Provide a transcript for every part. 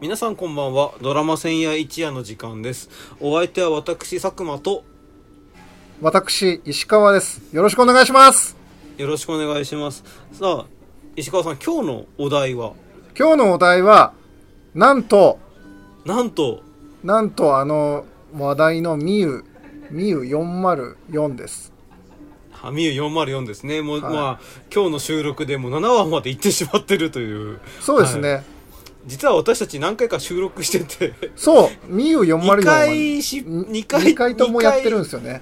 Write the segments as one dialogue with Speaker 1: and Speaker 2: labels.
Speaker 1: 皆さんこんばんはドラマ千夜一夜の時間ですお相手は私佐久間と
Speaker 2: 私、石川です。よろしくお願いします。
Speaker 1: よろしくお願いしますさあ石川さん今日のお題は
Speaker 2: 今日のお題は、なんと、
Speaker 1: なんと
Speaker 2: なんとあの、話題のミユ、ミユ404です。
Speaker 1: ハミユ404ですねもう、
Speaker 2: はい
Speaker 1: まあ今日の収録でも7話まで行ってしまってるという
Speaker 2: そうですね。
Speaker 1: 実は私たち何回か収録してて
Speaker 2: そう、ミユ404
Speaker 1: 2
Speaker 2: は
Speaker 1: 回し
Speaker 2: 2
Speaker 1: 2
Speaker 2: 回
Speaker 1: 回
Speaker 2: 二回ともやってるんですよね。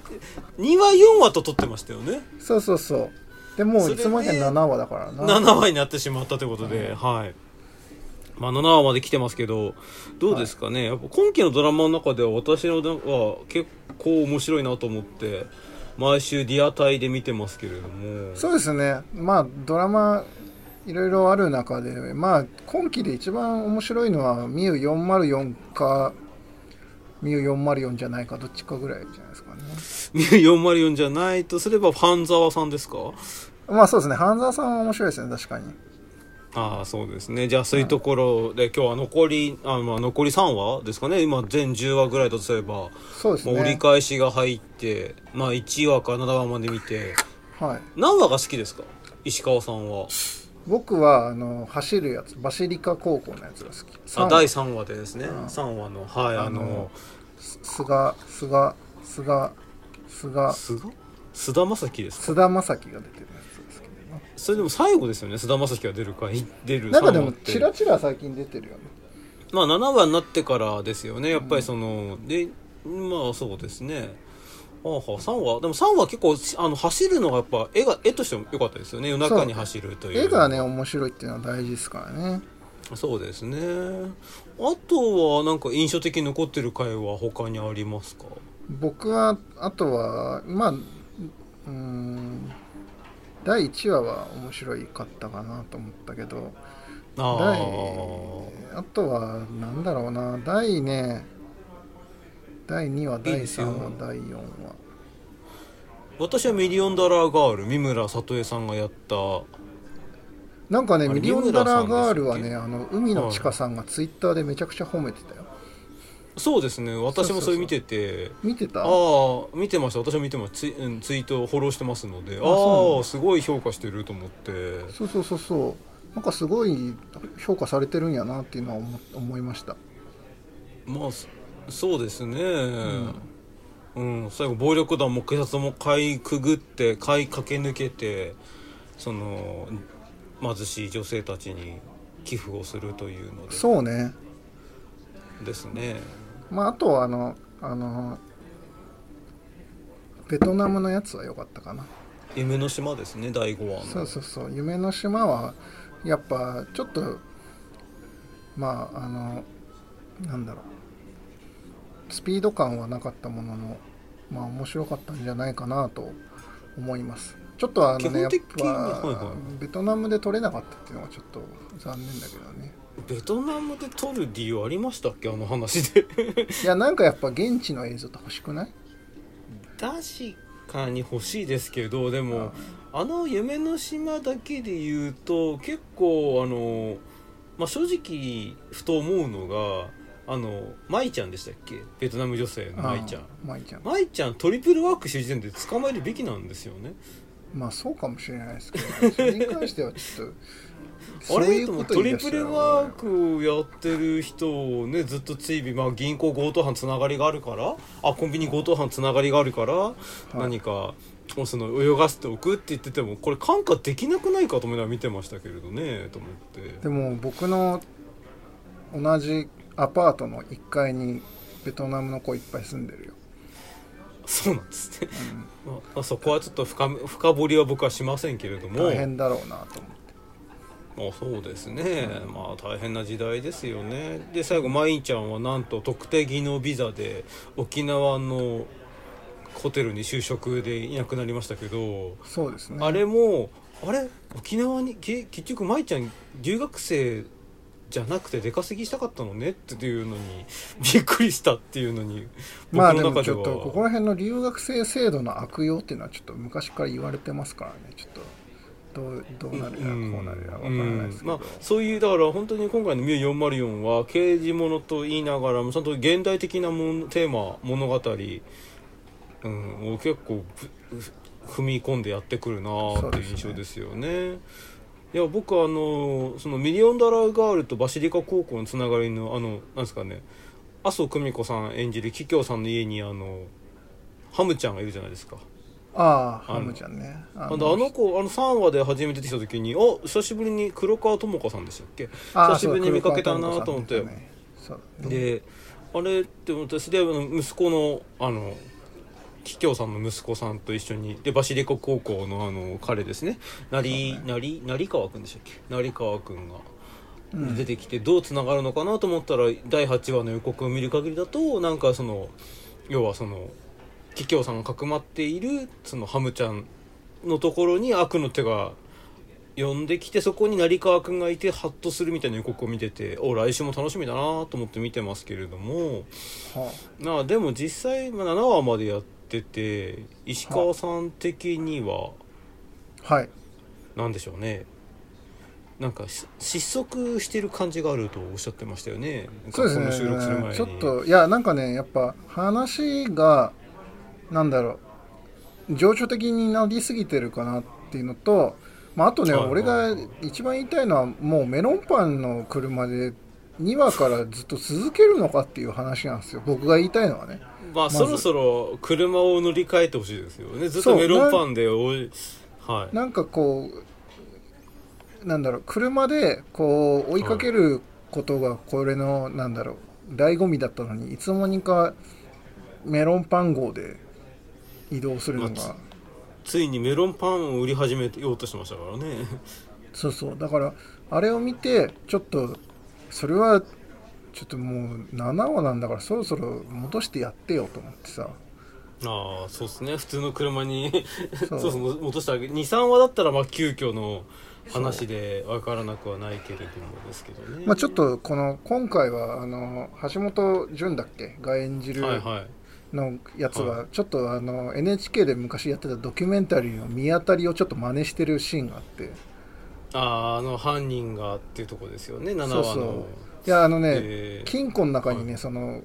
Speaker 1: 2話4話と撮ってましたよね
Speaker 2: そうそうそう。でも
Speaker 1: そうれ
Speaker 2: い
Speaker 1: で
Speaker 2: つまでに7話だからな。
Speaker 1: 7話になってしまったということで、はい。まあ、7話まで来てますけど、どうですかね、やっぱ今期のドラマの中では私の中は結構面白いなと思って、毎週リアタイで見てますけれども、
Speaker 2: そうですね。まあ、ドラマ、いろいろある中で、まあ、今期で一番面白いのは、ミユ404か、ミユ404じゃないか、どっちかぐらいじゃないですかね。
Speaker 1: 404じゃないとすれば、半沢さんですか
Speaker 2: まあそうですね、半沢さんは面白いですね、確かに。
Speaker 1: ああ、そうですね。じゃあ、そういうところで、今日は残り、あまあ、残り3話ですかね。今、全10話ぐらいだとすれば、
Speaker 2: そうです
Speaker 1: まあ折り
Speaker 2: ね。
Speaker 1: 返しが入って、まあ、1話か7話まで見て、
Speaker 2: はい。
Speaker 1: 何話が好きですか石川さんは。
Speaker 2: 僕は、あの、走るやつ、バシリカ高校のやつが好き。
Speaker 1: あ
Speaker 2: 三
Speaker 1: 第3話でですね、
Speaker 2: ん
Speaker 1: 3話のはいあ
Speaker 2: あ
Speaker 1: の
Speaker 2: の菅、菅、菅、菅、
Speaker 1: 菅菅田将暉ですか
Speaker 2: 菅田将暉が出てるやつですけどね。
Speaker 1: それでも最後ですよね菅田将暉が出る回出る
Speaker 2: なんかで
Speaker 1: 3話
Speaker 2: も
Speaker 1: っ、て
Speaker 2: チラチラ最近出てるよね。
Speaker 1: まあ7話になってからですよねやっぱりその、でまあそうですねああ3話でも3話結構あの走るのがやっぱ絵が絵としても良かったですよね夜中に走るという
Speaker 2: 絵がね、面白いっていうのは大事ですからね。
Speaker 1: そうですねあとはなんか印象的に残ってる回は他にありますか
Speaker 2: 僕は、あとは、まあ、うーん、第1話は面白いかったかなと思ったけど、
Speaker 1: ああ
Speaker 2: 第あとはなんだろうな第ね第2話
Speaker 1: いい
Speaker 2: 第
Speaker 1: です
Speaker 2: 3
Speaker 1: よ
Speaker 2: 話第4話
Speaker 1: 私はミリオンダラーガール三村里江さんがやった
Speaker 2: なんかね
Speaker 1: あれ
Speaker 2: ミリオンダラーガールは
Speaker 1: 三
Speaker 2: ねあの海野ちかさんがツイッターでめちゃくちゃ褒めてたよ
Speaker 1: そうですね私もそれ見てて
Speaker 2: 見てた
Speaker 1: ああ見てました私も見てますツイ,、うん、ツイートをフォローしてますのでああ
Speaker 2: そうなん
Speaker 1: ーすごい評価してると思って
Speaker 2: そうそうそうそうなんかすごい評価されてるんやなっていうのは思思いました
Speaker 1: まあそそうですねうん、最後暴力団も警察もかいくぐってかい駆け抜けてその貧しい女性たちに寄付をするというので
Speaker 2: そうね
Speaker 1: ですね
Speaker 2: まああとはあのあのベトナムのやつは良かったかな
Speaker 1: 夢の島ですね第5話の
Speaker 2: そうそうそう夢の島はやっぱちょっとまああのなんだろうスピード感はなかったもののまあ面白かったんじゃないかなと思いますちょっとあのね
Speaker 1: 基
Speaker 2: や
Speaker 1: 本
Speaker 2: っ
Speaker 1: 的にはい
Speaker 2: ぱ
Speaker 1: は
Speaker 2: ベトナムで取れなかったっていうのはちょっと残念だけどね
Speaker 1: ベトナムで撮る理由ありましたっけあの話で
Speaker 2: いやなんかやっぱ現地の映像って欲しくない
Speaker 1: 確かに欲しいですけどでもあの夢の島だけで言うと結構あの、まあ、正直ふと思うのがあの舞ちゃんでしたっけベトナム女性の舞ちゃん
Speaker 2: あ舞ちゃん
Speaker 1: 舞ちゃんトリプルワークしてる時点で捕まえるべきなんですよね
Speaker 2: まあそうかもしれないですけどそれに関してはちょっと
Speaker 1: あ
Speaker 2: そうい
Speaker 1: れ
Speaker 2: う
Speaker 1: とも
Speaker 2: こと
Speaker 1: トリ
Speaker 2: 言い出し
Speaker 1: プ
Speaker 2: たら
Speaker 1: ル
Speaker 2: ね
Speaker 1: ワークをやってる人をねずっと追尾、まあ、銀行強盗犯つながりがあるからあコンビニ強盗犯つながりがあるから、何かもうその泳がせておくって言っててもこれ感化できなくないかと思いながら見てましたけれどねと思って
Speaker 2: でも僕の同じアパートの1階にベトナムの子いっぱい住んでるよ、
Speaker 1: そうなんですね、まあ、そこはちょっと深め深掘りは僕はしませんけれども
Speaker 2: 大変だろうなと思って
Speaker 1: まあそうですね、まあ大変な時代ですよねで最後まいんちゃんはなんと特定技能ビザで沖縄のホテルに就職でいなくなりましたけど、
Speaker 2: そうですね
Speaker 1: あれもあれ沖縄にけ結局まいちゃん留学生じゃなくて出稼ぎしたかったのねっていうのにびっくりしたっていうのに僕
Speaker 2: まあで
Speaker 1: の中
Speaker 2: も
Speaker 1: で
Speaker 2: ち
Speaker 1: は、
Speaker 2: ょっとここら辺の留学生制度の悪用っていうのはちょっと昔から言われてますからねちょっとどうどうなるや、
Speaker 1: ん
Speaker 2: こうなるやわからないですけど、
Speaker 1: うんまあ、そういうだから本当に今回の「ミュー404」は刑事ものと言いながらもちゃんと現代的なものテーマ物語、うん、を結構ふふ踏み込んでやってくるな
Speaker 2: そ
Speaker 1: あ
Speaker 2: う
Speaker 1: とい
Speaker 2: で
Speaker 1: う
Speaker 2: すね
Speaker 1: 印象ですよね。いや僕あのそのミリオンダラーガールとバシリカ高校のつながりのあのなんですかね麻生久美子さん演じる桔梗さんの家にあのハムちゃんがいるじゃないですか。
Speaker 2: ああハムちゃんねあ
Speaker 1: あのあの子あの3話で初めて出てきた時に「あ久しぶりに黒川智子さんでしたっけ?」
Speaker 2: ああ
Speaker 1: 久しぶりに見かけたなと思って
Speaker 2: そう黒川智子さんですよねそう
Speaker 1: であれって私であの息子のあの桔梗さんの息子さんと一緒にでバシリコ高校のあの彼ですね成成成川君でしたっけ成川君が
Speaker 2: うん
Speaker 1: 出てきてどうつながるのかなと思ったら第8話の予告を見る限りだとなんかその要はその桔梗さんがかくまっているそのハムちゃんのところに悪の手が呼んできてそこに成川君がいてハッとするみたいな予告を見ててお来週も楽しみだなと思って見てますけれども
Speaker 2: は
Speaker 1: なあでも実際まあ7話までやってて石川さん的には
Speaker 2: あはい
Speaker 1: 何でしょうねなんかし失速してる感じがあるとおっしゃってましたよね
Speaker 2: そうです
Speaker 1: この収録する前
Speaker 2: ね
Speaker 1: に
Speaker 2: ちょっといやなんかねやっぱ話がなんだろう情緒的になりすぎてるかなっていうのと、まあ、あとね、
Speaker 1: はいはい
Speaker 2: 俺が一番言いたいのはもうメロンパンの車で2話からずっと続けるのかっていう話なんですよ僕が言いたいのはね
Speaker 1: まあ
Speaker 2: ず
Speaker 1: そろそろ車を乗り換えてほしいですよねずっとメロンパンでおいはい
Speaker 2: なんかこうなんだろう車でこう追いかけることがこれのなんだろう醍醐味だったのにいつの間にかメロンパン号で移動する
Speaker 1: ま
Speaker 2: のが
Speaker 1: あついにメロンパンを売り始めようとしましたからね
Speaker 2: そうそうだからあれを見てちょっとそれはちょっともう7話なんだからそろそろ戻してやってよと思ってさ
Speaker 1: ああそうですね普通の車に
Speaker 2: そ
Speaker 1: そううそう戻してあげ23話だったらまあ急遽の話で分からなくはないけれどもですけどね
Speaker 2: まあちょっとこの今回はあの橋本潤だっけが演じる
Speaker 1: はいはい
Speaker 2: のやつ
Speaker 1: は
Speaker 2: はちょっとあの NHK で昔やってたドキュメンタリーの見当たりをちょっと真似してるシーンがあって
Speaker 1: あああの犯人がっていうとこですよね7話
Speaker 2: そ
Speaker 1: の
Speaker 2: うそういやあのね
Speaker 1: えー
Speaker 2: 金庫の中にねその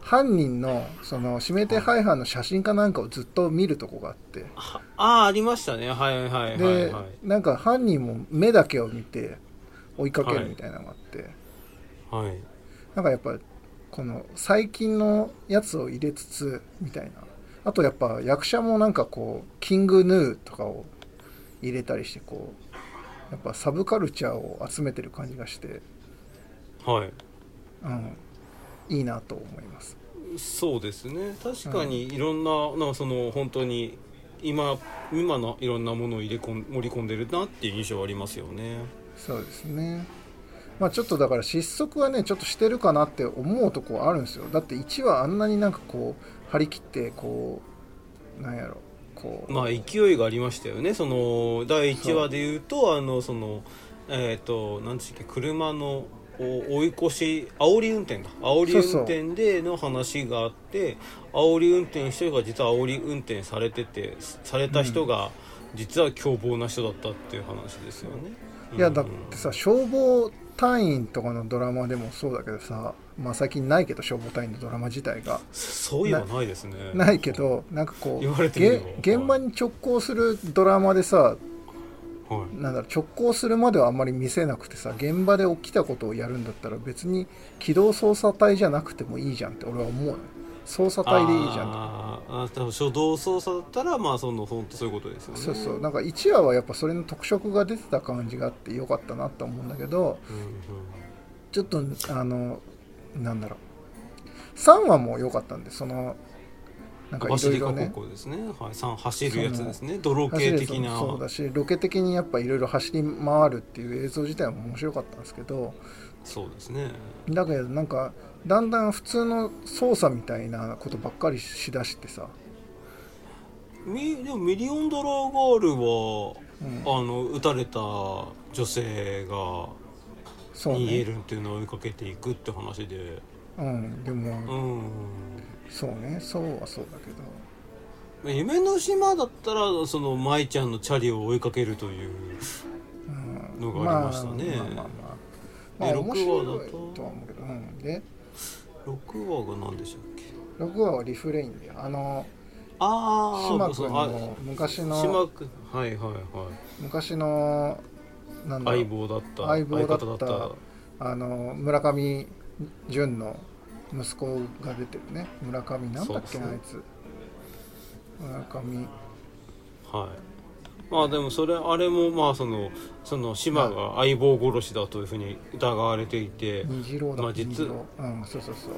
Speaker 2: 犯人のその指名手配犯の写真かなんかをずっと見るとこがあって
Speaker 1: はああありましたねはいはいはい
Speaker 2: で
Speaker 1: はい
Speaker 2: なんか犯人も目だけを見て追いかけるみたいなのがあって
Speaker 1: はい
Speaker 2: なんかやっぱこの最近のやつを入れつつみたいなあとやっぱ役者もなんかこうキングヌーとかを入れたりしてこうやっぱサブカルチャーを集めてる感じがして、
Speaker 1: はい
Speaker 2: うん、いいなと思います
Speaker 1: そうですね確かにいろんな,、なんかその本当に今今のいろんなものを入れ込ん盛り込んでるなっていう印象はありますよね
Speaker 2: そうですねまあちょっとだから失速はねちょっとしてるかなって思うとこあるんですよだって1話あんなになんかこう張り切ってこうなんやろこう
Speaker 1: まあ勢いがありましたよねその第1話で言うとあのそのえっ、と何でしたっけ車のお追い越し煽り運転だ煽り
Speaker 2: そ
Speaker 1: 運
Speaker 2: うそう
Speaker 1: 転での話があって煽り運転してるが実は煽り運転されててされた人が実は凶暴な人だったっていう話ですよね。
Speaker 2: いや
Speaker 1: うん
Speaker 2: だってさ消防隊員とかのドラマでもそうだけどさまあ最近ないけど消防隊員のドラマ自体が
Speaker 1: そういえばないですね。
Speaker 2: ないけどなんかこ
Speaker 1: 言わ
Speaker 2: う
Speaker 1: れてみれば
Speaker 2: げ現場に直行するドラマでさ
Speaker 1: はい、
Speaker 2: なんだろう直行するまではあんまり見せなくてさ現場で起きたことをやるんだったら別に機動捜査隊じゃなくてもいいじゃんって俺は思うのよ捜査隊でいいじゃんって
Speaker 1: あーあー多分初動捜査だったらまあその本当そういうことですよね
Speaker 2: そうそうなんか1話はやっぱそれの特色が出てた感じがあってよかったなと思うんだけど
Speaker 1: うんうん
Speaker 2: ちょっとあのなんだろう3話も良かったんでそのなんか
Speaker 1: バ
Speaker 2: い
Speaker 1: シ
Speaker 2: ろい
Speaker 1: リカ
Speaker 2: ろね
Speaker 1: 高校ですねはい、さん走るやつですね泥
Speaker 2: 走
Speaker 1: 系
Speaker 2: るやつ
Speaker 1: 的な
Speaker 2: もそうだしロケ的にやっぱいろいろ走り回るっていう映像自体も面白かったんですけど
Speaker 1: そうですね
Speaker 2: だけどなんかだんだん普通の操作みたいなことばっかりしだしてさ、
Speaker 1: みでもミリオンドラーガールは、
Speaker 2: うん
Speaker 1: あの撃たれた女性が
Speaker 2: そう
Speaker 1: 逃げ
Speaker 2: ね、
Speaker 1: るっていうのを追いかけていくって話で
Speaker 2: うん、で
Speaker 1: う
Speaker 2: も
Speaker 1: ん
Speaker 2: そうねそうはそうだけど
Speaker 1: 夢の島だったらその舞ちゃんのチャリを追いかけるという
Speaker 2: うん
Speaker 1: のがありましたね
Speaker 2: まあまあまあまあ、まあ、
Speaker 1: で
Speaker 2: 面白
Speaker 1: 六話だ
Speaker 2: い
Speaker 1: と
Speaker 2: とは思うけど、うん、で
Speaker 1: 6話が何でしたっけ
Speaker 2: 6話はリフレインであの
Speaker 1: ああ
Speaker 2: 島君
Speaker 1: あ
Speaker 2: の昔
Speaker 1: 島
Speaker 2: の
Speaker 1: 君はいはいは
Speaker 2: 昔のなんだ
Speaker 1: い相棒だった
Speaker 2: 相棒だった
Speaker 1: 相方だっ
Speaker 2: あの村上淳の息子が出てるね村上なんだっけなあ
Speaker 1: そう
Speaker 2: いつ村上
Speaker 1: たはいまあでもそれあれもまあそのその島が相棒殺しだというふうに疑われていて
Speaker 2: 虹郎だ
Speaker 1: まあ実
Speaker 2: 虹郎うんそうそうそう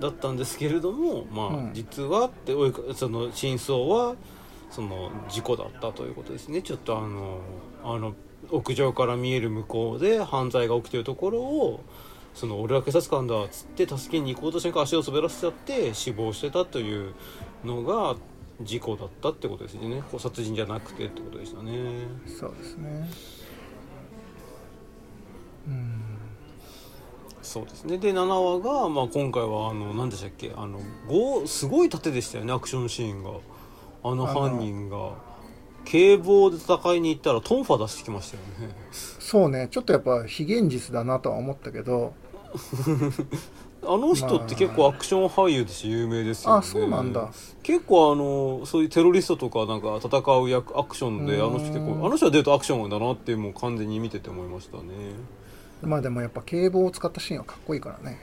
Speaker 1: だったんですけれども
Speaker 2: う
Speaker 1: まあ
Speaker 2: ん
Speaker 1: 実はって追いかその真相はその事故だったということですねちょっとあのあの屋上から見える向こうで犯罪が起きてるところをその俺は警察官だっつって助けに行こうとした瞬間足を滑らせちゃって死亡してたというのが事故だったってことですねこう殺人じゃなくてってことでしたね
Speaker 2: そうですねうん
Speaker 1: そうですねで7話が、まあ、今回はあの何でしたっけあのごすごい盾でしたよねアクションシーンがあの
Speaker 2: あの
Speaker 1: 犯人が警棒で戦いに行ったらトンファ出してきましたよね
Speaker 2: そうねちょっとやっぱ非現実だなとは思ったけど
Speaker 1: あの人って結構アクション俳優として有名ですよね
Speaker 2: あそうなんだ
Speaker 1: 結構あのそういうテロリストとかなんか戦う役アクションであの人結
Speaker 2: う
Speaker 1: 構
Speaker 2: ん
Speaker 1: あの人は出るとアクションだなってもう完全に見てて思いましたね
Speaker 2: まあでもやっぱ警棒を使ったシーンはかっこいいからね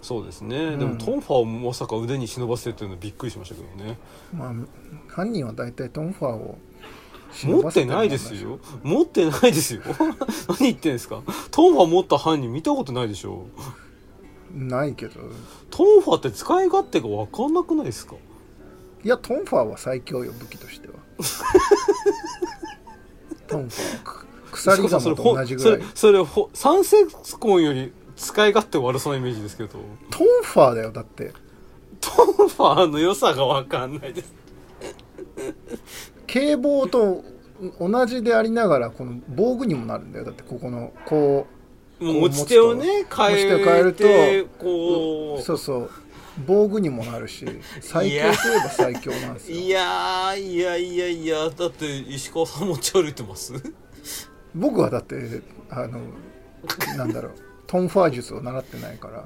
Speaker 1: そうですね、で
Speaker 2: うん
Speaker 1: もトンファをまさか腕に忍ばせてっていうのびっくりしましたけどね
Speaker 2: まあ犯人は大体トンファーを忍
Speaker 1: 持
Speaker 2: ば
Speaker 1: って
Speaker 2: せるもん
Speaker 1: ない
Speaker 2: だ
Speaker 1: で
Speaker 2: し
Speaker 1: すよ持ってないですよ 何言ってんですかトンファ持った犯人見たことないでしょ
Speaker 2: ないけど
Speaker 1: トンファって使い勝手が分かんなくないですか
Speaker 2: いやトンファーは最強よ武器とし てはトンファーはく鎖
Speaker 1: しかも
Speaker 2: 鎌と同じぐらい
Speaker 1: それそれほ三セコンより使い勝手悪そうなイメージですけど
Speaker 2: トンファーだよだって
Speaker 1: トンファの良さが分かんないです
Speaker 2: 警棒と同じでありながらこの防具にもなるんだよだってここのこ
Speaker 1: もう持ち手をね
Speaker 2: こう
Speaker 1: 変
Speaker 2: 持ち手を
Speaker 1: え
Speaker 2: 変えると
Speaker 1: て
Speaker 2: う
Speaker 1: こう
Speaker 2: そうそう防具にもなるし最強といえば最強なんです
Speaker 1: い
Speaker 2: よ
Speaker 1: やーいやいやいやだって石川さん持ち歩いてます
Speaker 2: 僕はだってあのなんだろうトンファー術を習ってないから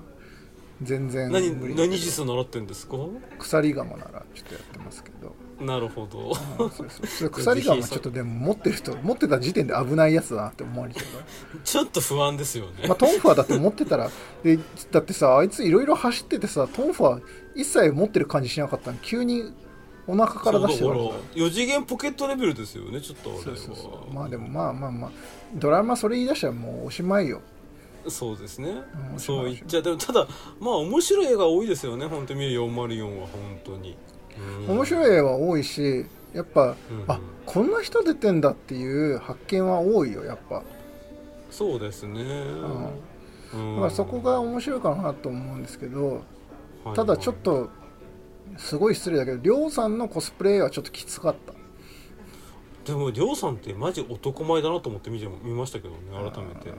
Speaker 2: 全然無理
Speaker 1: 何何術習ってんですか
Speaker 2: 鎖鎌ならちょっとやってますけど
Speaker 1: なるほど
Speaker 2: うんそうそうそれ鎖鎌はちょっとでも持ってる人持ってた時点で危ないやつだなって思われてるから
Speaker 1: ちょっと不安ですよね
Speaker 2: まあ、トンファーだって持ってたら でだってさあいついろいろ走っててさトンファー一切持ってる感じしなかったの急にお腹から出してたから
Speaker 1: 4次元ポケットレベルですよねちょっとあれは
Speaker 2: そうそうそうまあでもまあまあまあドラマそれ言い出したらもうおしまいよ
Speaker 1: そうですね、
Speaker 2: うん
Speaker 1: そう言っちゃでもただまあ面白い映画多いですよね本当に見る404は本当に、うん
Speaker 2: 面白い絵は多いしやっぱ、
Speaker 1: うん
Speaker 2: あこんな人出てんだっていう発見は多いよやっぱ、
Speaker 1: そうですね、うん
Speaker 2: だからそこが面白いかなと思うんですけど
Speaker 1: はい
Speaker 2: ただちょっとすごい失礼だけどりょうさんのコスプレはちょっときつかった
Speaker 1: でも亮さんってマジ男前だなと思って見ても見ましたけどね改めて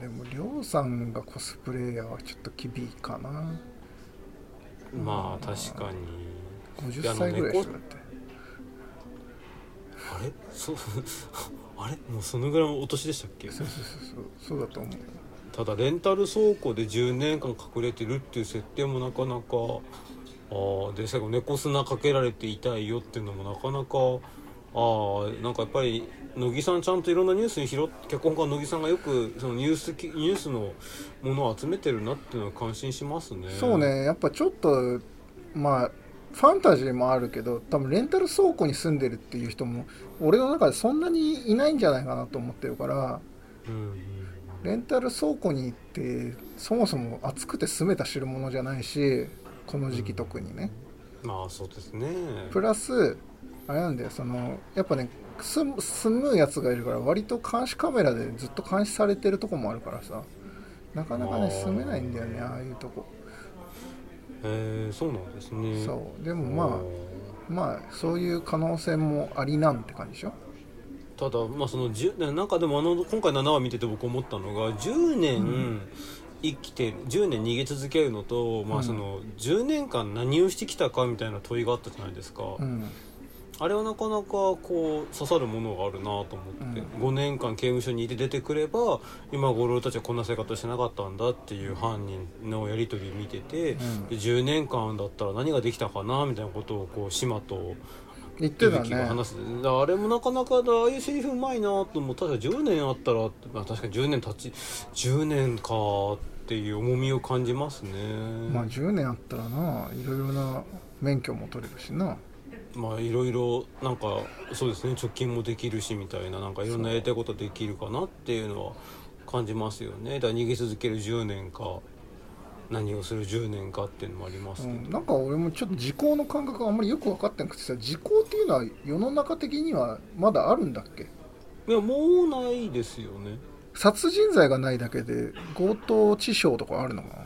Speaker 2: でもりょうさんがコスプレイヤーはちょっと厳しいかな
Speaker 1: まあ確かにいやあ
Speaker 2: 50
Speaker 1: の
Speaker 2: 歳ぐらいでしょ
Speaker 1: 猫
Speaker 2: だって
Speaker 1: あれそう あれもうそのぐらいのお年でしたっけ
Speaker 2: そうそうそうそうそうだと思う
Speaker 1: ただレンタル倉庫で10年間隠れてるっていう設定もなかなかあーで最後猫砂かけられて痛いよっていうのもなかなかあーなんかやっぱり乃木さんちゃんといろんなニュースに拾っ脚本家の乃木さんがよくそのニュースきニュースのものを集めてるなっていうのは感心しますね。
Speaker 2: そうねやっぱちょっとまあファンタジーもあるけど多分レンタル倉庫に住んでるっていう人も俺の中でそんなにいないんじゃないかなと思ってるから
Speaker 1: うんうん、
Speaker 2: レンタル倉庫に行ってそもそも暑くて住めた代物じゃないしこの時期特にね、
Speaker 1: まあそうですね。
Speaker 2: プラスあれなんだよそのやっぱね住む住むやつがいるから割と監視カメラでずっと監視されてるとこもあるからさなかなか
Speaker 1: あ
Speaker 2: ね
Speaker 1: ー
Speaker 2: 住めないんだよねああいうとこ、
Speaker 1: えー、そうなんですね。
Speaker 2: そうでもま
Speaker 1: おー
Speaker 2: あまあそういう可能性もありなんて感じでしょ
Speaker 1: ただまあその10なんかでもあの今回7話見てて僕思ったのが10年、生きて10年逃げ続けるのと、ま
Speaker 2: う
Speaker 1: あ、
Speaker 2: ん
Speaker 1: その10年間何をしてきたかみたいな問いがあったじゃないですか、
Speaker 2: うん
Speaker 1: あれはなかなかこう刺さるものがあるなと思って、
Speaker 2: うん
Speaker 1: 5年間刑務所にいて出てくれば今頃俺たちはこんな生活してなかったんだっていう犯人のやり取り見てて、
Speaker 2: うん
Speaker 1: で10年間だったら何ができたかなみたいなことをこう島と
Speaker 2: 言って
Speaker 1: 勇
Speaker 2: た
Speaker 1: 気が
Speaker 2: ね
Speaker 1: 話す、だからあれもなかなかだああいうセリフうまいなと思う確か10年あったら、まあ、確かに10年経ち10年かっていう重みを感じますね
Speaker 2: まあ10年あったらないろいろな免許も取れるしな
Speaker 1: まあいろいろなんかそうですね貯金もできるしみたいななんかいろんなやりたいことできるかなっていうのは感じますよねだから逃げ続ける10年か何をする10年かっていうのもあります
Speaker 2: う
Speaker 1: けど、
Speaker 2: ん、なんか俺もちょっと時効の感覚があんまりよく分かってなくてさ時効っていうのは世の中的にはまだあるんだっけ
Speaker 1: いやもうないですよね
Speaker 2: 殺人罪がないだけで強盗致傷とかあるのかな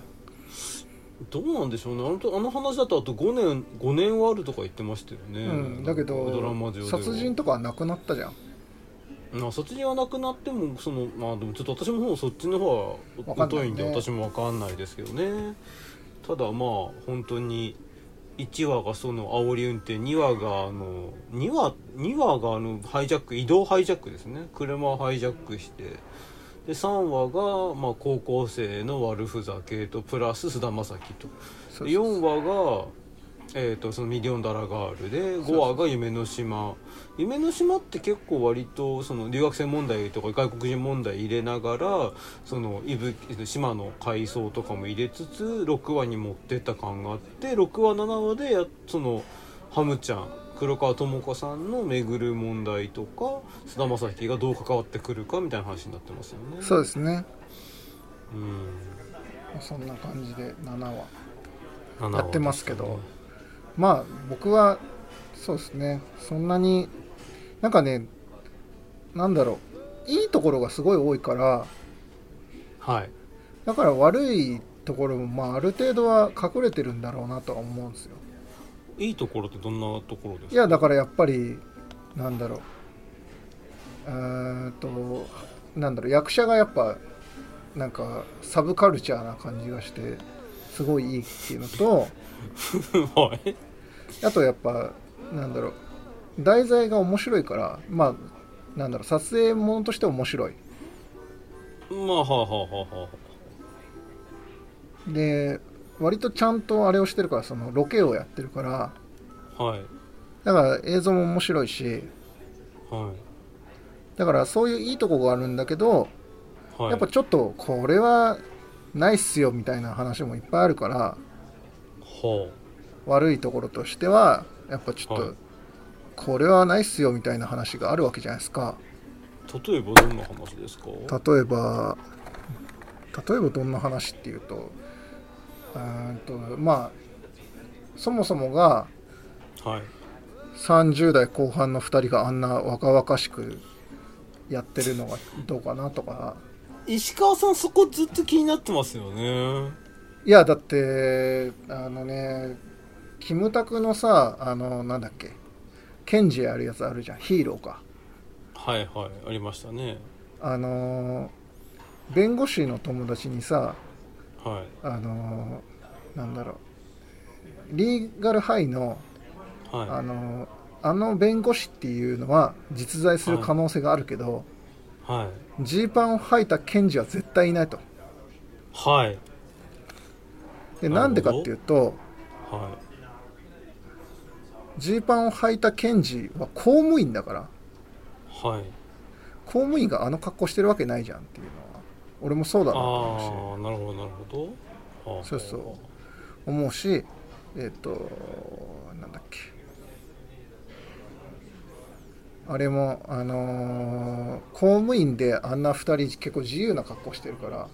Speaker 1: どうなんでしょうねあのとあの話だとあと5年5年はあるとか言ってましたよね、
Speaker 2: うん、だけ
Speaker 1: ドラマ
Speaker 2: ど
Speaker 1: 上では
Speaker 2: 殺人とかはなくなったじゃん
Speaker 1: まあ殺人はなくなってもそのまあでもちょっと私ももうそっちの方
Speaker 2: わか
Speaker 1: は
Speaker 2: んない
Speaker 1: 疎
Speaker 2: ね
Speaker 1: いんで私もわかんないですけどねただまあ本当に1話がその煽り運転2話があの2話2話があのハイジャック移動ハイジャックですね車をハイジャックしてで3話がまあ高校生の悪ふざけとプラス菅田将暉と
Speaker 2: そう
Speaker 1: で4話が、えー、とそのミリオンダラガールで5話が夢の島夢の島って結構割とその留学生問題とか外国人問題入れながらその伊吹島の海藻とかも入れつつ6話に持ってった感があって6話7話でやそのハムちゃん黒川智子さんの巡る問題とか菅田将暉がどう関わってくるかみたいな話になってますよね。
Speaker 2: そうですね
Speaker 1: うん
Speaker 2: そんな感じで7話
Speaker 1: 7話
Speaker 2: やってますけどまあ僕はそうですねそんなになんかねなんだろういいところがすごい多いから
Speaker 1: はい
Speaker 2: だから悪いところもまあある程度は隠れてるんだろうなとは思うんですよ
Speaker 1: いいところってどんなところですか
Speaker 2: いやだからやっぱりなんだろうえーっとなんだろう役者がやっぱなんかサブカルチャーな感じがしてすごいいいっていうのと
Speaker 1: はい。
Speaker 2: あとやっぱなんだろう題材が面白いからまあなんだろう撮影ものとして面白い
Speaker 1: まあ、はあ、はあ、はあ、は
Speaker 2: で割とちゃんとあれをしてるからそのロケをやってるから
Speaker 1: あ。はい。
Speaker 2: だから映像も面白いし
Speaker 1: は
Speaker 2: だからそういういいとこがあるんだけど
Speaker 1: い。はい。
Speaker 2: やっぱちょっとこれはないっすよみたいな話もいっぱいあるから
Speaker 1: は
Speaker 2: 悪いところとしてはやっぱちょっ
Speaker 1: は
Speaker 2: と
Speaker 1: い
Speaker 2: これはないっすよみたいな話があるわけじゃないですか
Speaker 1: あ。例えば、どんな話ですか。
Speaker 2: 例えば例えばどんな話っていうとうーんとまあそもそもが
Speaker 1: はい。
Speaker 2: 30代後半の2人があんな若々しくやってるのがどうかなとか
Speaker 1: 石川さん、そこずっと気になってますよね。
Speaker 2: いやだってあのねキムタクのさあのなんだっけケンジやるやつあるじゃんヒーローか
Speaker 1: はい、はい、ありましたね。
Speaker 2: あの弁護士の友達にさ
Speaker 1: は
Speaker 2: あのなんだろうリーガルハイの
Speaker 1: い。はい。
Speaker 2: あのあの弁護士っていうのは実在する可能性があるけど
Speaker 1: はい。
Speaker 2: ジー、パンを履いた検事は絶対いないと
Speaker 1: はい。
Speaker 2: で
Speaker 1: な
Speaker 2: な
Speaker 1: る
Speaker 2: ん
Speaker 1: ほど
Speaker 2: でかっていうと
Speaker 1: は
Speaker 2: ジーパンを履いた検事は公務員だから
Speaker 1: い。はい。
Speaker 2: 公務員があの格好してるわけないじゃんっていうのは俺もそうだなと
Speaker 1: あ
Speaker 2: 思
Speaker 1: あ、なるほど、なるほど。はあ
Speaker 2: そうそううし思うしえっ、となんだっけあれもあのー公務員であんな2人結構自由な格好してるから
Speaker 1: は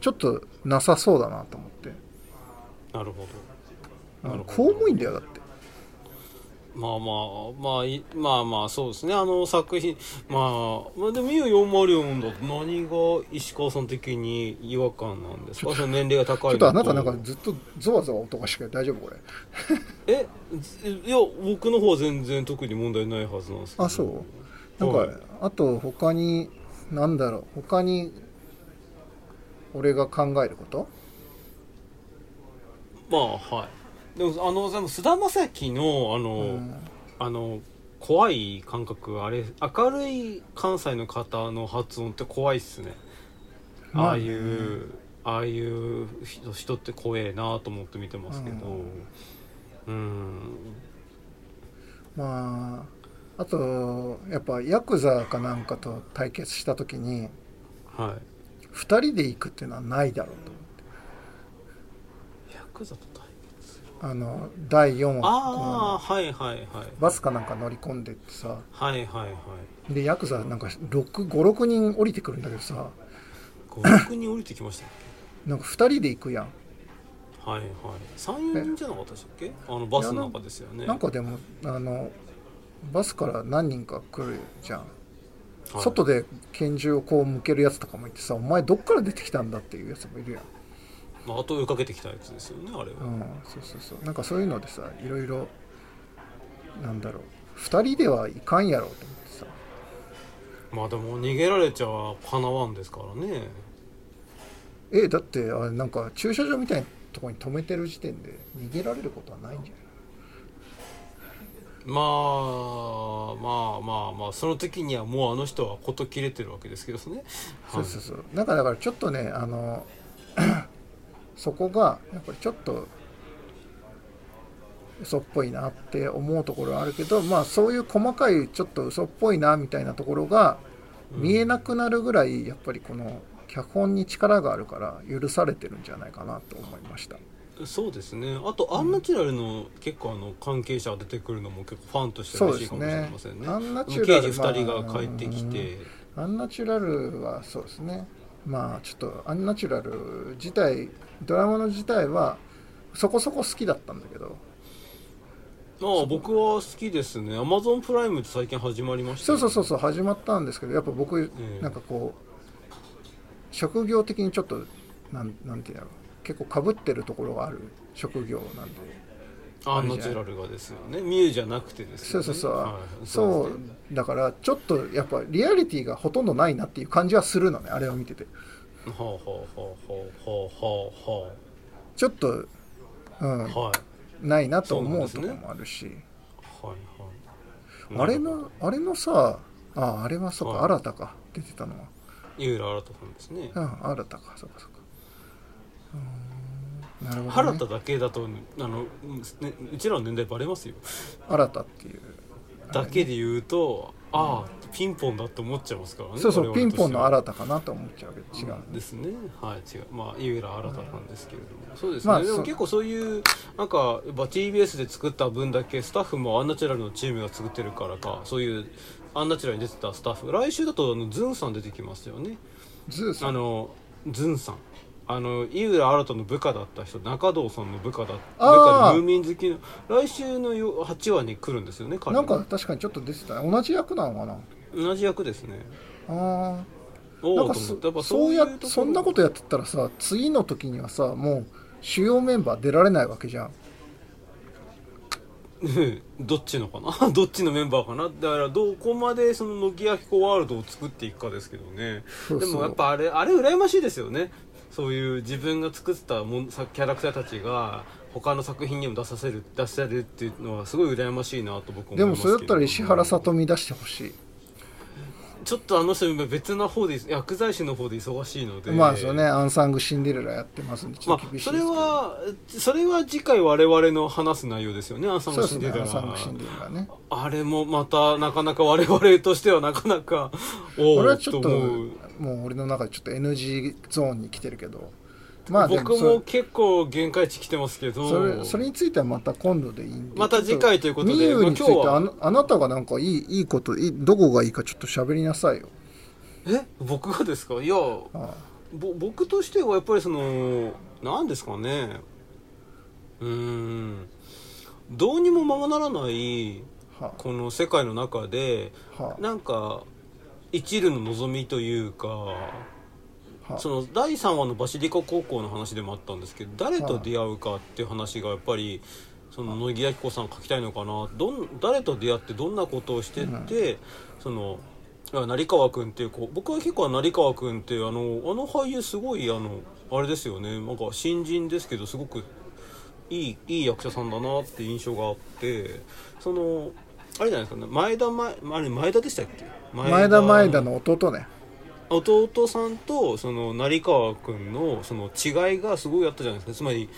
Speaker 2: ちょっとなさそうだなと思って
Speaker 1: い。なるほど。
Speaker 2: あ
Speaker 1: なる
Speaker 2: の
Speaker 1: ほど
Speaker 2: 公務員だよだって
Speaker 1: まあまあ、まあい、まあまあ、そうですね。あの作品、まあ、まあでも、U404 だと何が石川さん的に違和感なんですかその年齢が高い
Speaker 2: ちょ
Speaker 1: の
Speaker 2: っとあなたなんかずっとゾワゾワ音がしてる大丈夫これ
Speaker 1: え、ずいや、僕の方は全然特に問題ないはずなんですけど。
Speaker 2: あそうなん
Speaker 1: はい
Speaker 2: かあと他になんだろう他に俺が考えること
Speaker 1: まあはいでもあのでも菅田将暉のあの、
Speaker 2: うん
Speaker 1: あの怖い感覚あれ明るい関西の方の発音って怖いっすね
Speaker 2: まあ
Speaker 1: ああいうああいう人人って怖えなと思って見てますけどうん、
Speaker 2: まああとやっぱヤクザかなんかと対決した時に
Speaker 1: は
Speaker 2: 2人で行くっていうのはないだろうと
Speaker 1: いヤクザと対決
Speaker 2: あの第4話
Speaker 1: ああはいはいはい
Speaker 2: バスかなんか乗り込んでってさ
Speaker 1: はいはいはい
Speaker 2: でヤクザなんか56人降りてくるんだけどさ
Speaker 1: 56人降りてきましたっ
Speaker 2: なんか2人で行くやん
Speaker 1: けはいはい34人じゃなかったでしたっけあのバスの中ですよね
Speaker 2: なんかでもあのバスから何人か来るじゃん、
Speaker 1: はい
Speaker 2: 外で拳銃をこう向けるやつとかもいてさお前どっから出てきたんだっていうやつもいるやん、
Speaker 1: まあ後追いかけてきたやつですよねあれは、
Speaker 2: うん、そうそうそうなんかそういうのでさいろいろなんだろう2人ではいかんやろうと思ってさ
Speaker 1: まあでも逃げられちゃかなわんですからね
Speaker 2: えだってあれなんか駐車場みたいなとこに止めてる時点で逃げられることはないんじゃない
Speaker 1: まあまあまあまあその時にはもうあの人は事切れてるわけですけどね、
Speaker 2: そうそうそうなんかだからちょっとねあの そこがやっぱりちょっと嘘っぽいなって思うところはあるけどまあそういう細かいちょっと嘘っぽいなみたいなところが見えなくなるぐらいやっぱりこの脚本に力があるから許されてるんじゃないかなと思いました
Speaker 1: はいそうですねあとアンナチュラルの結構あの関係者が出てくるのも結構ファンとして
Speaker 2: そう
Speaker 1: 嬉
Speaker 2: で
Speaker 1: しい
Speaker 2: す
Speaker 1: かもしれませ
Speaker 2: ね
Speaker 1: んね
Speaker 2: アンナチ
Speaker 1: 刑
Speaker 2: ュラ
Speaker 1: 事
Speaker 2: ル
Speaker 1: 2人が帰ってきて、
Speaker 2: アンナチュラルはそうですねまあちょっとアンナチュラル自体ドラマの自体はそこそこ好きだったんだけど
Speaker 1: まあ僕は好きですねアマゾンプライムって最近始まりました
Speaker 2: そ
Speaker 1: よ
Speaker 2: う
Speaker 1: ね、
Speaker 2: そうそうそう始まったんですけどやっぱ僕、
Speaker 1: え
Speaker 2: なんかこう職業的にちょっとなんなんていうんだろう結構かぶってるところがある職業なんで
Speaker 1: アンナチュラルがですよねミューじゃなくてです
Speaker 2: そ
Speaker 1: よ
Speaker 2: う
Speaker 1: ね
Speaker 2: そうそう、
Speaker 1: はい
Speaker 2: そ
Speaker 1: そう
Speaker 2: う
Speaker 1: ですね
Speaker 2: だからちょっとやっぱリアリティがほとんどないなっていう感じはするのねあれを見てて
Speaker 1: はあはあはあはあはあは
Speaker 2: ちょっと、うん
Speaker 1: あ、はい
Speaker 2: ないなと
Speaker 1: そうな
Speaker 2: 思
Speaker 1: ん
Speaker 2: う
Speaker 1: です
Speaker 2: と
Speaker 1: ね
Speaker 2: ころもあるし、
Speaker 1: はいはい
Speaker 2: あれのあれのさああれはそうか、
Speaker 1: はい
Speaker 2: 新たか出てたのは
Speaker 1: 井浦新さんですね
Speaker 2: うん新たかそうかそうかうーんなるほど、ね、
Speaker 1: 原田だけだとあの、うんね、うちらの年代バレますよ
Speaker 2: 新たっていう
Speaker 1: だけで言うとああピンポンだって思っちゃいますからね
Speaker 2: そうそう
Speaker 1: 我
Speaker 2: ピン
Speaker 1: 々としては
Speaker 2: ポンの新たかなと思っちゃうけど違う、
Speaker 1: ですねはい違うまあ井浦新なんですけれどもそうですね、
Speaker 2: まあ
Speaker 1: で
Speaker 2: そ
Speaker 1: も
Speaker 2: う
Speaker 1: 結構そういうなんかやっぱ TBS で作った分だけスタッフもアンナチュラルのチームが作ってるからかそういうアンナチュラルに出てたスタッフ来週だとあのズンさん出てきますよね
Speaker 2: ズーさ
Speaker 1: あ
Speaker 2: ん
Speaker 1: のズンさんあの井浦新の部下だった人中堂さんの部下だ部下
Speaker 2: あー
Speaker 1: でムーミン好きの来週のよ8話に来るんですよね彼
Speaker 2: なんか確かにちょっと出てたね同じ役なのかな
Speaker 1: 同じ役ですね
Speaker 2: あー
Speaker 1: お
Speaker 2: な
Speaker 1: お
Speaker 2: ん
Speaker 1: と思
Speaker 2: か
Speaker 1: っ
Speaker 2: そ
Speaker 1: てやっぱ
Speaker 2: そ
Speaker 1: そううい
Speaker 2: や
Speaker 1: うところ
Speaker 2: そんなことやってたらさ次の時にはさもう主要メンバー出られないわけじゃん
Speaker 1: うん どっちのかなどっちのメンバーかなだからどこまでその乃木焼子ワールドを作っていくかですけどね
Speaker 2: そうそう
Speaker 1: でもやっぱあれあれ羨ましいですよねそういう自分が作ってたもんさキャラクターたちが他の作品にも出させる出せるっていうのはすごい羨ましいなと僕は思い
Speaker 2: で
Speaker 1: ま
Speaker 2: も
Speaker 1: す
Speaker 2: そ
Speaker 1: け
Speaker 2: れ
Speaker 1: ど
Speaker 2: だったら石原さとみ出してほしい
Speaker 1: ちょっとあの人今別な方で薬剤師の方で忙しいので
Speaker 2: まあそうね、アンサングシンデレラやってますんで、ちょ
Speaker 1: ま
Speaker 2: っと厳
Speaker 1: あ、
Speaker 2: しい
Speaker 1: そ
Speaker 2: で
Speaker 1: れ
Speaker 2: すけど。
Speaker 1: はそれは次回我々の話す内容ですよねアンサン
Speaker 2: そう
Speaker 1: グシ
Speaker 2: です
Speaker 1: ン
Speaker 2: ね、
Speaker 1: デレ
Speaker 2: ア
Speaker 1: ラ
Speaker 2: ンサングシンデレラね。
Speaker 1: あれもまたなかなか我々としてはなかな かおお
Speaker 2: 俺はちょっと、
Speaker 1: 思う
Speaker 2: もう俺の中でちょっと NG ゾーンに来てるけど、まあでも
Speaker 1: 僕
Speaker 2: そ
Speaker 1: も結構限界値来てますけど
Speaker 2: それそれについてはまた今度でいいんで。
Speaker 1: また次回ということで
Speaker 2: みゆについて
Speaker 1: まあ今日は
Speaker 2: あなあなたがなんかいいいいこといい、どこがいいかちょっと喋りなさいよ。
Speaker 1: え僕がですかいやぼ
Speaker 2: あ
Speaker 1: 僕としてはやっぱりその何ですかねうーんどうにもままならない
Speaker 2: あは
Speaker 1: この世界の中で
Speaker 2: あは
Speaker 1: なんか一縷の望みというか
Speaker 2: あは
Speaker 1: その第3話のバシリカ高校の話でもあったんですけど誰と出会うかっていう話がやっぱりその乃木明子さん書きたいのかなどん誰と出会ってどんなことをしてって、そのいや成川君っていう子僕は結構成川君ってあのあの俳優すごいあのあれですよねなんか新人ですけどすごくいいいい役者さんだなって印象があってそのあれじゃないですかね前田前あれ前田でしたっけ
Speaker 2: 前田前田の弟ね
Speaker 1: 弟さんとその成川君のその違いがすごいあったじゃないですかつまり
Speaker 2: う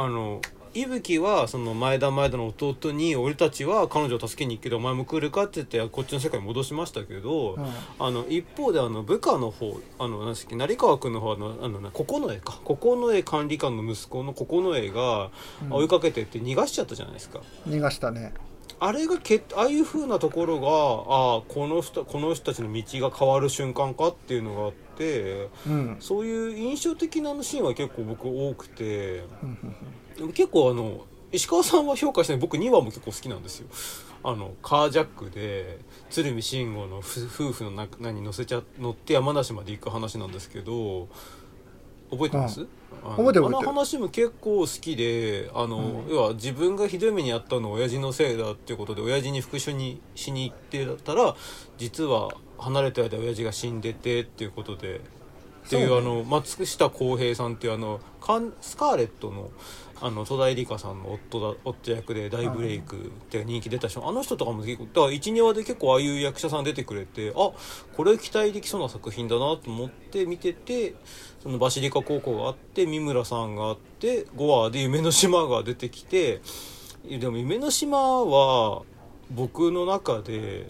Speaker 1: あの伊吹はその前田前田の弟に俺たちは彼女を助けに行くけどお前も来るかって言ってこっちの世界に戻しましたけど、
Speaker 2: んうん
Speaker 1: あの一方であの部下の方あの何でしたっけ成川君の方のあのな九重か九重管理官の息子の九重が
Speaker 2: うん
Speaker 1: 追いかけてって逃がしちゃったじゃないですか、
Speaker 2: 逃がしたね
Speaker 1: あれがけああいう風なところがああこの人この人たちの道が変わる瞬間かっていうのがあって
Speaker 2: うん
Speaker 1: そういう印象的なあのシーンは結構僕多くて
Speaker 2: うんうん
Speaker 1: でも結構あの石川さんは評価してない僕2話も結構好きなんですよあのカージャックで鶴見慎吾の夫夫婦の中に乗せちゃ乗って山梨まで行く話なんですけど覚えてます、あの
Speaker 2: 覚えてる
Speaker 1: あの
Speaker 2: 覚えてる
Speaker 1: 話も結構好きであの、
Speaker 2: うん
Speaker 1: 要は自分がひどい目に遭ったのは親父のせいだっていうことで親父に復讐にしに行ってたら実は離れた間親父が死んでてっていうことでっていう
Speaker 2: そう
Speaker 1: あの松下洸平さんっていうあのカンスカーレットのあの戸田恵梨香さんの夫だ夫役で大ブレイクって人気出た人あの人とかも結構だから12話で結構ああいう役者さん出てくれてあこれ期待できそうな作品だなと思って見ててそのバシリカ高校があって三村さんがあって5話で夢の島が出てきてでも夢の島は僕の中で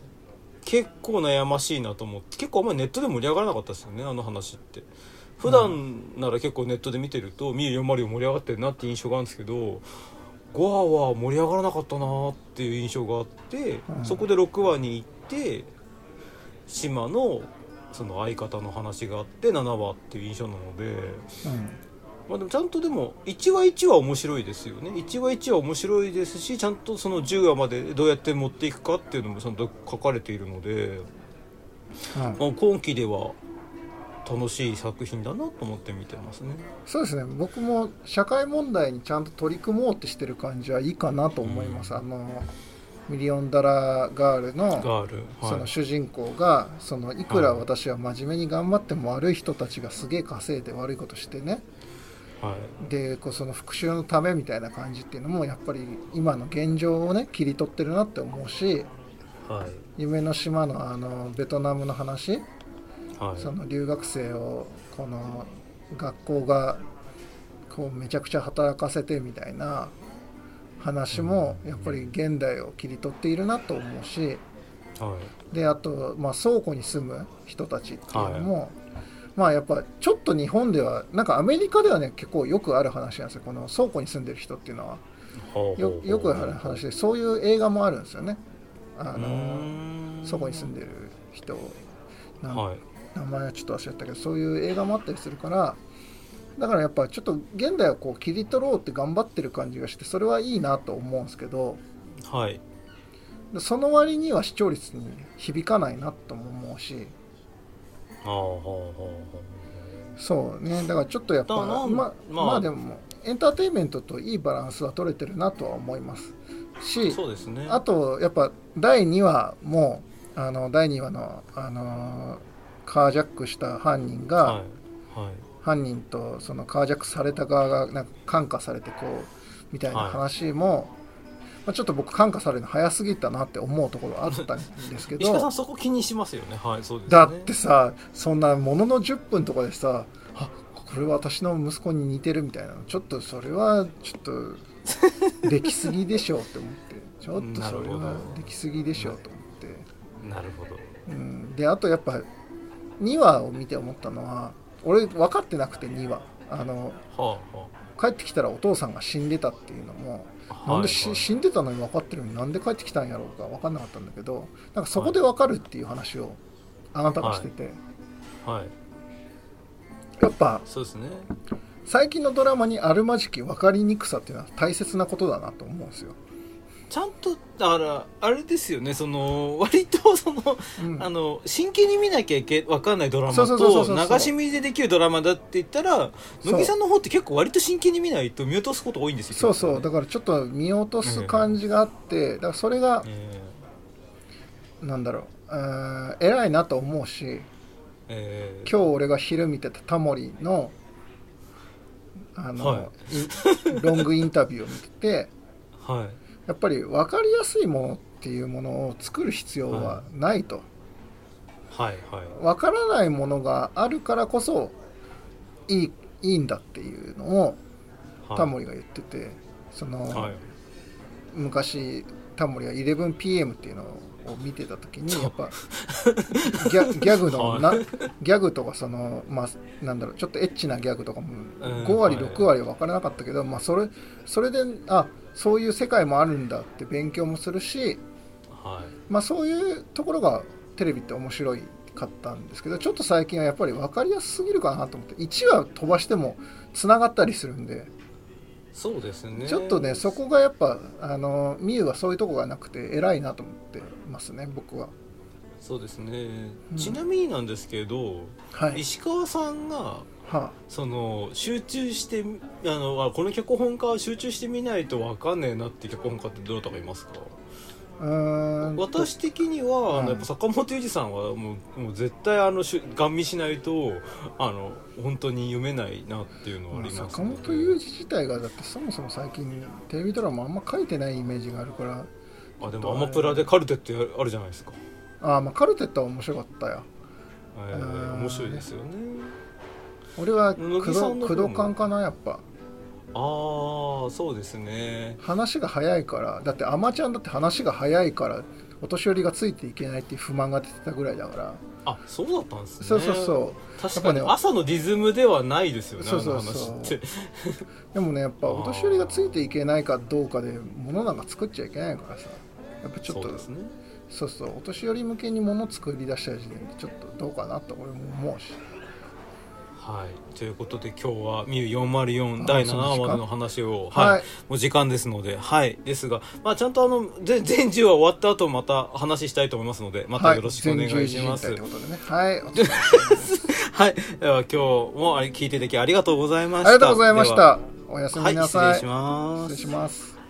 Speaker 1: 結構悩ましいなと思って結構あんまりネットで盛り上がらなかったですよねあの話って普段なら結構ネットで見てると「みゆよまりを盛り上がってるなって印象があるんですけど5話は盛り上がらなかったなっていう印象があって、
Speaker 2: うん
Speaker 1: そこで6話に行って島のその相方の話があって7話っていう印象なのでまあ、でもちゃんとでも1話1話面白いですよね1話1話面白いですしちゃんとその10話までどうやって持っていくかっていうのもちゃんと書かれているので、
Speaker 2: うんうん
Speaker 1: まあ、今期では楽しい作品だなと思って見てますね
Speaker 2: そうですね僕も社会問題にちゃんと取り組もうってしてる感じはいいかなと思います、
Speaker 1: うん
Speaker 2: あのミリオンダラーガールの
Speaker 1: ガール、
Speaker 2: その
Speaker 1: はい、
Speaker 2: 主人公がそのいくら
Speaker 1: はい
Speaker 2: 私は真面目に頑張っても悪い人たちがすげえ稼いで悪いことしてね
Speaker 1: はい
Speaker 2: でこうその復讐のためみたいな感じっていうのもやっぱり今の現状をね切り取ってるなって思うし
Speaker 1: はい
Speaker 2: 夢の島のあのベトナムの話
Speaker 1: はい
Speaker 2: その留学生をこの学校がこうめちゃくちゃ働かせてみたいな話もやっぱり現代を切り取っているなと思うし
Speaker 1: は
Speaker 2: であとまあ倉庫に住む人たちっていうのも、まあやっぱちょっと日本ではなんかアメリカではね結構よくある話なんですよこの倉庫に住んでる人っていうのはいよよくある話でそういう映画もあるんですよねあ
Speaker 1: あ
Speaker 2: の倉庫に住ん
Speaker 1: で
Speaker 2: でる人なん
Speaker 1: はい
Speaker 2: 名前はちょっと忘れたけどそういう映画もあったりするからだからやっぱちょっと現代をこう切り取ろうって頑張ってる感じがしてそれはいいなと思うんですけど
Speaker 1: はい
Speaker 2: でその割には視聴率に響かないなとも思うし
Speaker 1: ああはあはあは
Speaker 2: そうねだからちょっとやっぱ
Speaker 1: だからなん
Speaker 2: ま
Speaker 1: まあ
Speaker 2: まあでもエンターテインメントといいバランスは取れてるなとは思います
Speaker 1: あ
Speaker 2: し
Speaker 1: そうですね
Speaker 2: あとやっぱ第2話もあの第2話の、あのーカージャックした犯人が、
Speaker 1: はいはい
Speaker 2: 犯人とそのカージャックされた側がなんか感化されてこうみたいな話も、まあ、ちょっと僕感化されるの早すぎたなって思うところあったんですけ
Speaker 1: 石川さん
Speaker 2: ど
Speaker 1: そこ気にしますよねはいそうですね
Speaker 2: だってさそんなものの10分とかでさあこれは私の息子に似てるみたいなのちょっとそれはちょっとできすぎでしょうって思ってちょっとそ れ
Speaker 1: な
Speaker 2: は
Speaker 1: るほど
Speaker 2: できすぎでしょうと思って。
Speaker 1: なるほど
Speaker 2: うん、であとやっぱ2話を見て思ったのは俺分かってなくて2話あの
Speaker 1: はあは
Speaker 2: 帰ってきたらお父さんが死んでたっていうのも
Speaker 1: あはい
Speaker 2: なんでし、
Speaker 1: はい
Speaker 2: 死んでたのに分かってるのになんで帰ってきたんやろうか分かんなかったんだけどなんかそこで分かるっていう話をあなたがしてて、
Speaker 1: はい
Speaker 2: やっぱ
Speaker 1: そうですね
Speaker 2: 最近のドラマにあるまじき分かりにくさっていうのは大切なことだなと思うんですよ。
Speaker 1: ちゃんとだからあれですよねその割とその、
Speaker 2: うん
Speaker 1: あの真剣に見なきゃいけわかんないドラマ
Speaker 2: そうそうそうそう
Speaker 1: と
Speaker 2: そ
Speaker 1: 流
Speaker 2: う
Speaker 1: し見でできるドラマだって言ったら
Speaker 2: そう
Speaker 1: 乃木さんの方って結構割と真剣に見ないと見落とすこと多いんですよ
Speaker 2: そうそうだ
Speaker 1: 結
Speaker 2: からちょっと見落とす感じがあってだからそれが
Speaker 1: 構ねえ
Speaker 2: なんだろううん偉いなと思うし
Speaker 1: えー
Speaker 2: 今日俺が昼見てたタモリのあの、
Speaker 1: はい
Speaker 2: ロングインタビューを見てて
Speaker 1: はい
Speaker 2: やっぱり分かりやすいものっていうものを作る必要はないと、
Speaker 1: はいはい
Speaker 2: 分からないものがあるからこそいいいいんだっていうのを
Speaker 1: はい
Speaker 2: タモリが言ってて、その、
Speaker 1: はい
Speaker 2: 昔タモリは 11PM っていうのを見てた時にやっぱ ギャギャグのな、ギャグとかそのまあなんだろうちょっとエッチなギャグとかも
Speaker 1: うん
Speaker 2: 5割
Speaker 1: はい
Speaker 2: 6割は分からなかったけど、まあそれそれであそういう世界もあるんだって勉強もするし、
Speaker 1: はい
Speaker 2: まあ、そういうところがテレビって面白いかったんですけどちょっと最近はやっぱり分かりやすすぎるかなと思って1話飛ばしてもつながったりするんで。
Speaker 1: そうですね
Speaker 2: ちょっとねそこがやっぱあのみゆはそういうとこがなくて偉いなと思ってますね僕は
Speaker 1: そうですね、
Speaker 2: うん
Speaker 1: ちなみになんですけど、
Speaker 2: はい
Speaker 1: 石川さんが
Speaker 2: は
Speaker 1: その集中してあのあこの脚本家は集中してみないとわかんねえなって脚本家ってどなたかいますか
Speaker 2: あうーんと
Speaker 1: 私的には、あ
Speaker 2: うん
Speaker 1: のやっぱ坂本龍二さんはもうもう絶対あのしゅガン見しないとあの本当に読めないなっていうのはあ
Speaker 2: ま
Speaker 1: り
Speaker 2: あ
Speaker 1: ます、ね
Speaker 2: 坂本雄二自体がだってそもそも最近テレビドラマあんま書いてないイメージがあるから
Speaker 1: あでもアマプラでカルテってあるじゃないですか、
Speaker 2: あーまあカルテットは面白かったよ
Speaker 1: えー
Speaker 2: うん
Speaker 1: 面白いですよね
Speaker 2: 俺は工
Speaker 1: 乃木
Speaker 2: 藤
Speaker 1: さんの
Speaker 2: 工
Speaker 1: 方も
Speaker 2: 藤勘かなやっぱ
Speaker 1: ああそうですね
Speaker 2: 話が早いからだってアマちゃんだって話が早いからお年寄りがついていけないっていう不満が出てたぐらいだから、
Speaker 1: あそうだったんですね
Speaker 2: そうそうそう
Speaker 1: 確かに
Speaker 2: やっぱね
Speaker 1: 朝のリズムではないですよね
Speaker 2: そうそう
Speaker 1: あの
Speaker 2: そう
Speaker 1: 話って
Speaker 2: でもねやっぱお年寄りがついていけないかどうかで物なんか作っちゃいけないからさやっぱちょっと
Speaker 1: そ
Speaker 2: そうう,、
Speaker 1: ですね
Speaker 2: そうお年寄り向けに物作り出した時点でちょっとどうかなと俺も思うし
Speaker 1: はいということで今日は「ミュ404
Speaker 2: あ
Speaker 1: 第
Speaker 2: そ
Speaker 1: 7
Speaker 2: うで
Speaker 1: 話
Speaker 2: すか
Speaker 1: までの話をはい、
Speaker 2: はい
Speaker 1: もう時間ですのではいですが、まあ、ちゃんとあのぜ 全10話終わった後また話したいと思いますのでまたよろしくお願いします、
Speaker 2: 全11人体
Speaker 1: は
Speaker 2: って
Speaker 1: い
Speaker 2: ことでね はいお疲れ様
Speaker 1: では今日もあれ聞いていただきありがとうございま
Speaker 2: あ
Speaker 1: し
Speaker 2: り
Speaker 1: た
Speaker 2: がとうございまし
Speaker 1: では
Speaker 2: たおやすみな
Speaker 1: は
Speaker 2: さ
Speaker 1: い
Speaker 2: い
Speaker 1: 失礼します
Speaker 2: 失礼します